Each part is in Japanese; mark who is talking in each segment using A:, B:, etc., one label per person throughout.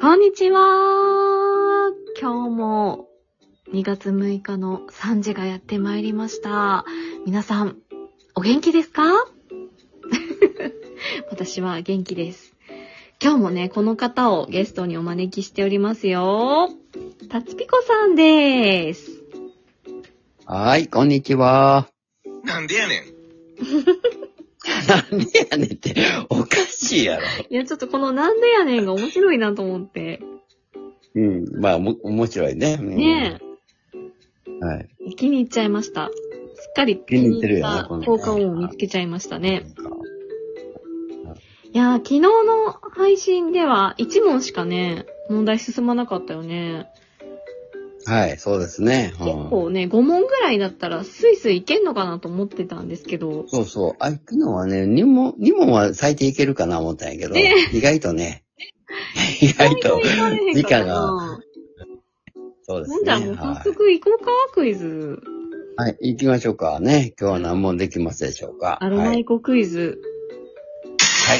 A: こんにちは今日も2月6日の3時がやってまいりました。皆さん、お元気ですか 私は元気です。今日もね、この方をゲストにお招きしておりますよ。たつぴこさんです。
B: はーい、こんにちは。
C: なんでやねん。
B: なんでやねんって、おかしいやろ。
A: いや、ちょっとこのなんでやねんが面白いなと思って。
B: うん、まあ、も、面白いね。うん
A: ね
B: はい。
A: え、気に入っちゃいました。すっかり
B: 気に入ってるよね
A: 気
B: こ
A: に
B: の
A: 入った効果音を見つけちゃいましたね。
B: なんか
A: いやー、昨日の配信では1問しかね、問題進まなかったよね。
B: はい、そうですね。うん
A: 結構ね、5問ぐらいだったらスイスイいけんのかなと思ってたんですけど、
B: そうそう。あ、昨日はね、2問、二問は最低いけるかな思ったんやけど、
A: ね
B: 意外 とね、意外と、
A: 時
B: 時間が。そうで
A: な
B: す
A: んだ
B: ね。
A: ろう、早
B: は
A: 速行こうか、クイズ。
B: い。はい、行きましょうかね。今日は何問できますでしょうか。
A: アロマ
B: は
A: イ
B: い。
A: コクイズ。
B: は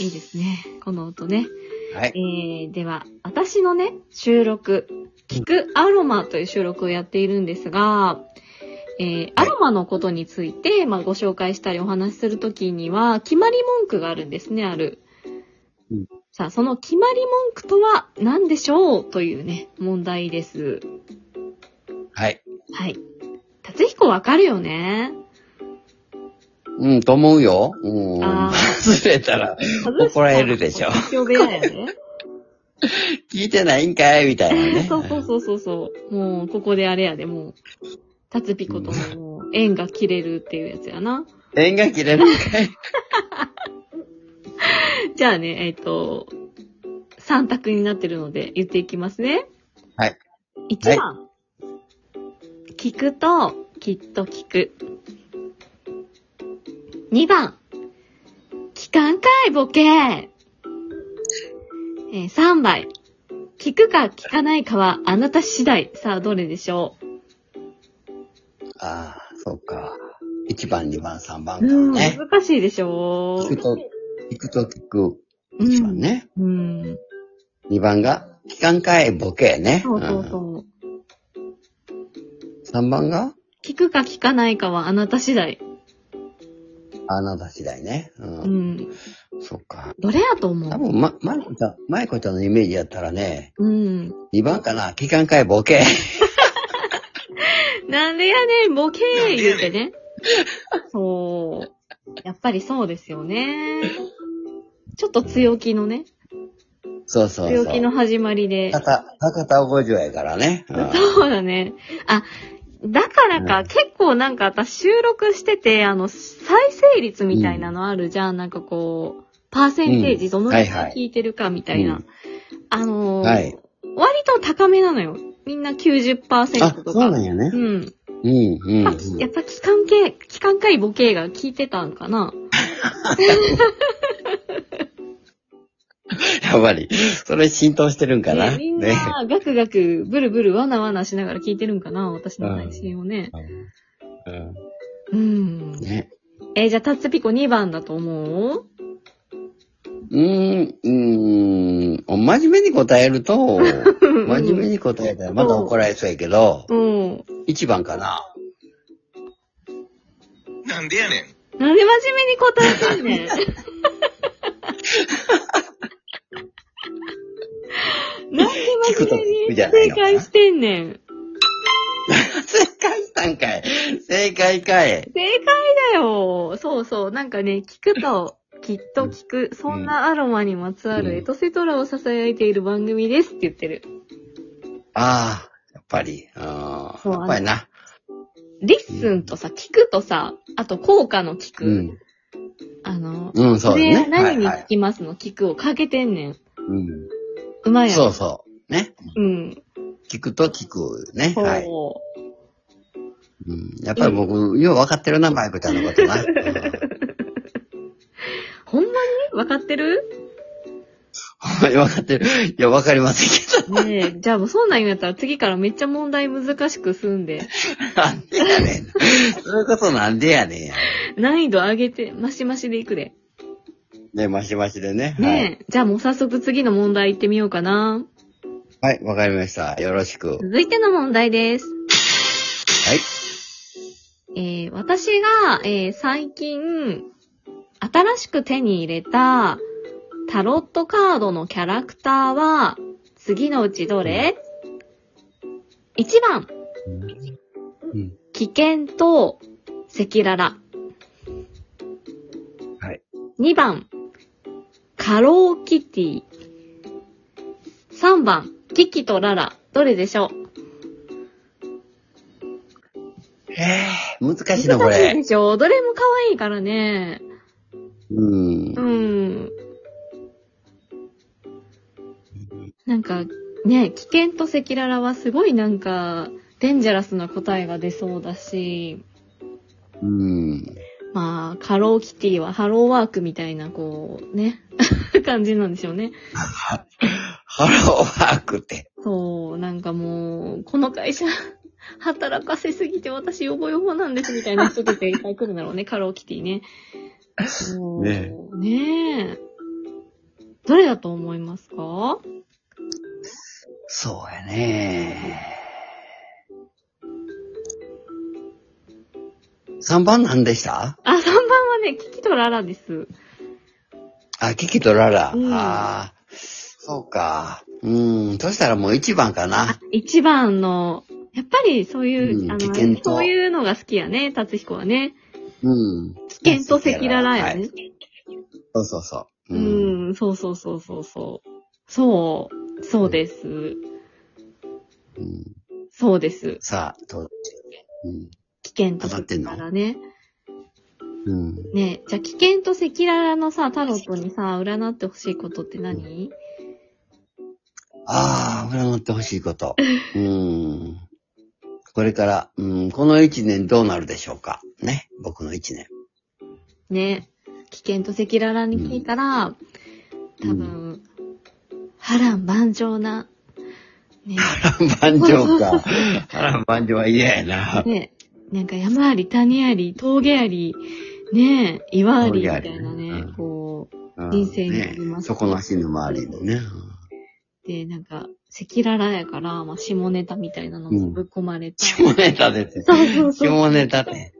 B: い。
A: いいですね。この音ね。
B: はい。
A: えー、では、私のね、収録、聞くアロマという収録をやっているんですが、えー、アロマのことについて、まあ、ご紹介したりお話しするときには、決まり文句があるんですね、ある
B: うん。
A: さあ、その決まり文句とは何でしょうというね、問題です。
B: はい。
A: はい。達彦わかるよね
B: うん、と思うよ。うん。
A: あー
B: 忘れたら、 怒られるで しょ
A: 発表部屋やね。
B: 聞いてないんかいみたいなね。
A: そうそうそうそうそう。もう、ここであれやで、もう、タツピコとのもう縁が切れるっていうやつやな。
B: 縁が切れるんかい。
A: じゃあね、えっ、と、3択になってるので言っていきますね。
B: はい。
A: 1番。聞くと、きっと聞く。2番。聞かんかい、ボケえー、3番。聞くか聞かないかはあなた次第。さあ、どれでしょう
B: ああ、そうか。1番、2番、3番か
A: うん、
B: ね。
A: 難しいでしょ
B: 聞くと、聞くと聞く。
A: うん
B: 1番ね。
A: うん。
B: 2番が、期間かいボケね。
A: そうそうそう。
B: 3番が、
A: 聞くか聞かないかはあなた次第。
B: あなた次第ね。う。
A: うんん。
B: そうか。
A: どれやと思
B: 多
A: う
B: 分、ま、まいこちゃん、まいこちゃんのイメージやったらね、
A: うん。
B: 2番かな、期間かいボケ。
A: なんでやねん、ボケ
C: なん
A: ー
C: でやね
A: 言うんてね。そう。やっぱりそうですよね。ちょっと強気のね。
B: そうそうそう。
A: 強気の始まりで。
B: 高田、高田五条やからね。う ん
A: そうだね。あ、だからか、
B: うん
A: 結構なんか私収録してて、あの、再生率みたいなのあるじゃん。なんかこう、パーセンテージどのぐらい
B: はいはい
A: 聞いてるかみたいな。
B: うん
A: あのー
B: はい。
A: 割と高めなのよ。みんな90%
B: あ、
A: とか。
B: そうなんやね
A: う。ん。
B: うん、うん
A: まあ。やっぱ期間系、期間外ボケが効いてたんかな。
B: やっぱり、それ浸透してるんかな。
A: ねみん
B: ね
A: な、ガクガク、ブルブル、わなわなしながら聞いてるんかな、私の配信をね。
B: うん
A: うん。
B: ね。
A: えーじゃあ、タッツピコ2番だと思う
B: うーん、うーん、お真面目に答え ると、真面目に答えたらまた怒られそうやけど、
A: うん。
B: 1番かな。
C: なんでやねん。
A: なんで真面目に答えてんねん。なんで真面目に正解してんねん。
B: 正解したんかい。正解かい。
A: 正解だよ。そうそう。なんかね、聞くと、きっと聞く。そんなアロマにまつわ
B: う
A: る
B: ん
A: エトセトラを囁いている番組ですって言ってる。
B: ああ、やっぱり、ああ、
A: そう
B: やっぱりな。
A: リッスンとさ、聞くとさ、あと効果の聞く。
B: うん。
A: あの、
B: うん、そうだ
A: れ
B: ね。は
A: 何
B: い
A: に
B: は
A: 聞
B: い。
A: きますの、聞くをかけてんねん。
B: う
A: うまい
B: ん。
A: や
B: そ
A: ろ。
B: うそう。ね。
A: うん。
B: 聞くと聞く。ね。
A: そう。
B: はい。うんやっぱり僕、よう分かってるな、マイクちゃんの こと な。うん
A: ほんまにわかって る
B: 分かってる。いや、分かりませんけど。
A: ねえ、じゃあもうそんなん言うんやったら次からめっちゃ問題難しく済んで、
B: なんでやね ん。そういうことなんでやねんや。
A: 難易度上げて、マシマシでいくで。
B: ね、マシマシでね。
A: ねえ、じゃあもう早速次の問題行ってみようかな。
B: はい。はい、わかりました。よろしく。
A: 続いての問題です。
B: はい。
A: えー私が、えー最近、新しく手に入れたタロットカードのキャラクターは、次のうちどれ ?1 番、
B: うん。
A: 危険と赤裸々。
B: はい。
A: 2番、カローキティ。3番、キキとララ。どれでしょう
B: えー、難しいな、こ
A: 難しい
B: れ。
A: でしょどれも可愛いからね。
B: うん
A: う。ん。なんか、ね、危険と赤裸々はすごいなんか、デンジャラスな答えが出そうだし、
B: うん。
A: まあ、カローキティはハローワークみたいな、こう、ね、 感じなんでしょうね。
B: ハローワークって。
A: そう、なんかもう、この会社、働かせすぎて私ヨボヨボなんですみたいな人たちがいっぱい来るんだ ろうね、カローキティね。そう
B: ね
A: ねえ。どれだと思いますか
B: そうやね。3番なんでした
A: あ、3番はね、キキとララです。
B: あ、キキとララ。
A: うん
B: ああ、そうか。うん、そしたらもう1番かな。
A: 1番の、やっぱりそういう、
B: うん
A: あ
B: 危険
A: の、
B: と
A: そういうのが好きやね、達彦はね。
B: うん。
A: 危険と赤裸々や
B: は
A: ね
B: い。そうそうそう。うん。
A: うん、そうそうそうそうそう。そう、そうです。
B: うん、
A: そうです。
B: さあ、どううん。
A: 危険と
B: 当た
A: 赤
B: ってんの
A: 裸々ね。
B: うん。
A: ねえ、じゃあ危険と赤裸々のさ、タロットにさ、占ってほしいことって何
B: ああ、占ってほしいこと。うん。これから、うん、この一年どうなるでしょうか。ね。僕の一年。
A: ねえ、危険と赤裸々に聞いたら、多分、波乱万丈な、ねえ
B: 万丈か。 波乱万丈は嫌やな。
A: ね、なんか山あり谷あり峠あり、ねえ、岩ありみ
B: 峠
A: た
B: あり
A: いなね、
B: うん
A: こ
B: うん
A: 人生になります
B: ね。そこの足の周りにね。
A: う、で、なんか、赤裸々やから、まあ、下ネタみたいなのもぶっ込まれて、
B: 下ネタですね。
A: そうそうそう
B: 下ネタね。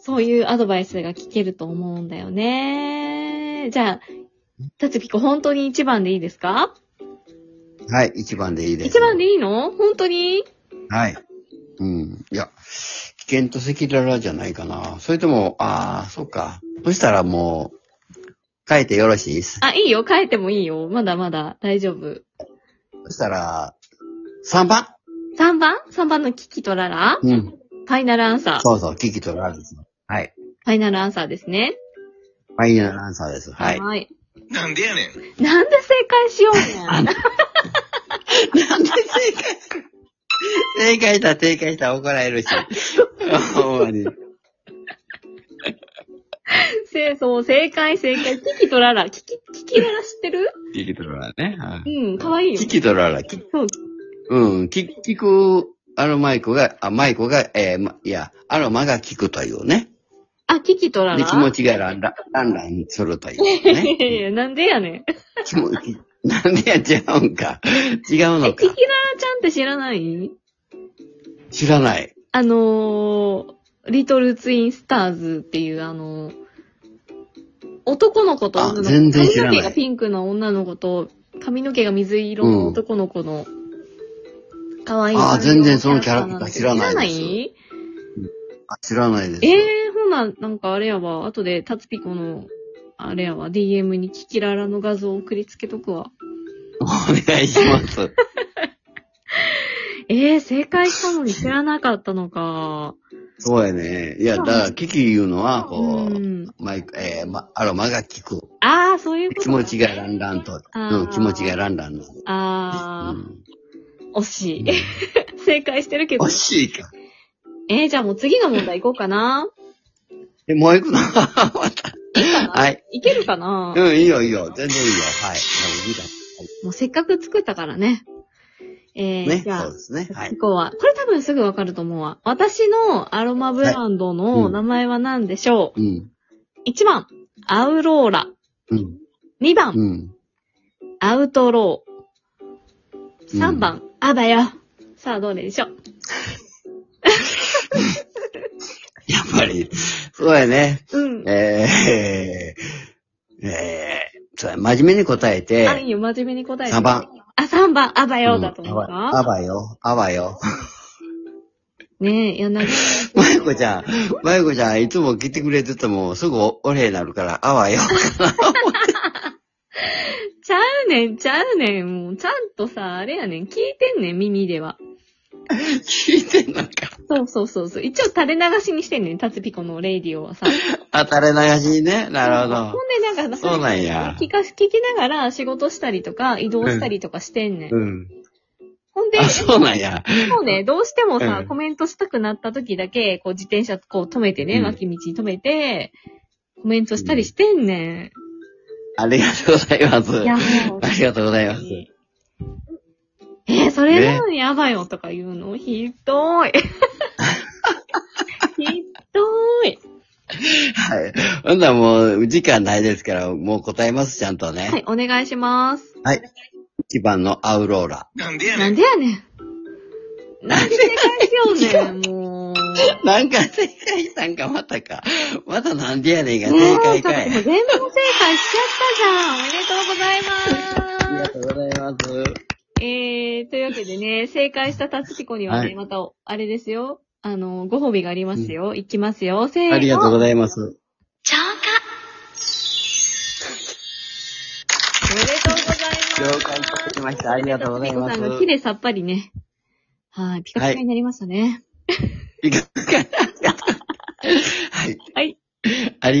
A: そういうアドバイスが聞けると思うんだよね。じゃあ、たつきこ本当に一番でいいですか
B: はい、一番でいいです。
A: 一番でいいの本当に
B: はい。うん。いや、危険と赤裸々じゃないかな。それとも、ああ、そうか。そしたらもう、書いてよろしいです。
A: あ、いいよ。変えてもいいよ。まだまだ大丈夫。
B: そしたら、3番
A: 3番 ?3 番のキキとララフ
B: うん。
A: ァイナルアンサー。フ
B: そうそう、キキとラルです。はい。
A: ァイナルアンサーですね。
B: ファイナルアンサーです。はい。
A: はい
C: なんでやねん
A: なんで正解しよう ねん。
B: なんで正解正解した、正解した、怒られるし。ほんまに。
A: せそう、正解、正解。キキとララ。キキ、キキララ知ってる
B: キキとララね。は
A: う
B: い
A: ん、かわいいよ
B: キ。キとララ、キ
A: そう、
B: うん、き、聞く、あのマイコが、あ、マイコが、えーま、いや、アロマが聞くというね。
A: あ、キキとラ
B: で、
A: ラ。
B: 気持ちがランラン、ランランするというね。
A: い やいや、なんでやねん。え、
B: 気持ち、なんでや、違うんか。違うの
A: キキラ
B: か
A: ラ。ちゃんって知らない
B: 知らない。
A: あのー、リトルツインスターズっていう、あのー、男の子と女の子。
B: あ全然知らな
A: 髪
B: い
A: の毛がピンクの女の子と、髪の毛が水色の男の子の、可愛い
B: あー全然そのキャラクター
A: んだけど
B: 知らない
A: 知らな
B: です
A: い
B: あ、知らないです。
A: ええー、ほな、なんかあれやわ。後で、タツピコの、あれやわ、DM にキキララの画像を送りつけとくわ。
B: お願いします。
A: ええー、正解したのに知らなかったのか。
B: そうやね。いや、だから、キキいうのは、
A: う
B: こう、
A: ん。
B: マイコ、えーま、アロマが聞く。
A: ああ、そういうこと。
B: 気持ちがランランと、
A: あー
B: うん、気持ちがランランなの。
A: あ
B: うん
A: あ、惜しい。正解してるけど
B: 惜。しいか。
A: えー、じゃあもう次の問題行こうかな。
B: え、もう行くの また。はい。
A: いけるかな
B: うん、いいよ、いいよ。全然いいよ。はい。いいだ
A: もうせっかく作ったからね。えー、
B: ね。
A: じゃ
B: そ
A: あ
B: う、ですね。はい
A: 行。こうは。これ多分すぐわかると思うわ。私のアロマブランド
B: はい
A: の
B: うん
A: 名前は何でしょう
B: うん。
A: 1番、アウローラ。
B: うん。
A: 2番、
B: うん。
A: アウトロー。
B: うん
A: 3番、アバよ。さあ、どれでしょう
B: やっぱり、そうやね。
A: うん。
B: えー、えー、そうや真面目に答えて、
A: あ、いいよ、真面目に答えて。
B: 3番。
A: あ、3番、アバ
B: あ
A: よだと思うか、
B: あばよ、あばよ。
A: ねえ、柳。
B: まゆこちゃん、まゆこちゃん、いつも来てくれてても、すぐお礼になるから、あわよ。
A: ちゃうねん、ちゃうねん。もう、ちゃんとさ、あれやねん。聞いてんねん、耳では。
B: 聞いてんのか。
A: そうそうそうそう。一応垂れ流しにしてんねん、タツピコのレイディオはさ。
B: あ、垂れ流しにね。なるほ
A: ほ
B: ど。
A: んで、なんか、
B: そうなんや
A: 聞かし、聞きながら仕事したりとか、移動したりとかしてんねん。
B: うん。
A: ほんで、
B: あ、そうなんや。
A: もうね、どうしてもさ、
B: うん
A: コメントしたくなった時だけ、こう自転車こう止めて
B: う
A: ね、
B: ん
A: 脇道に止めて、コメントしたりしてんね
B: ありがとうございます。
A: ん。いや、もう。
B: ありがとうございます。
A: えーそれなのにやばいよとか言うの、ひど い。ひどい。
B: はい。ほんならもう、時間ないですから、もう答えます、ちゃんとね。
A: はい、お願いします。
B: 一番のアウローラ。
C: なんでや
A: な
C: ね
A: ん
C: ん
A: でやねん。なんで正解しようねん、もう。
B: なんか正解したんか、またか。またなんでやねんが
A: ねえ、
B: 正
A: ちょっ
B: 解
A: と
B: か
A: もう全問
B: い。
A: 正解しちゃったじゃん。おめでとうございます
B: あ。りがとうご ざいます。
A: えー、というわけでね、正解したタツキコにはね、
B: はい
A: また、あれですよ。あの、ご褒美がありますよ。いきますよ。せーの。
B: ありがとうございます。
A: 超過おめでとうございます。
B: 了解いただきました。ありがとうございま
A: タツキ
B: す
A: コ。さんが綺麗さっぱりね。はい、ピカピカになりましたね。
B: いかがはい。
A: はい
B: ありがとう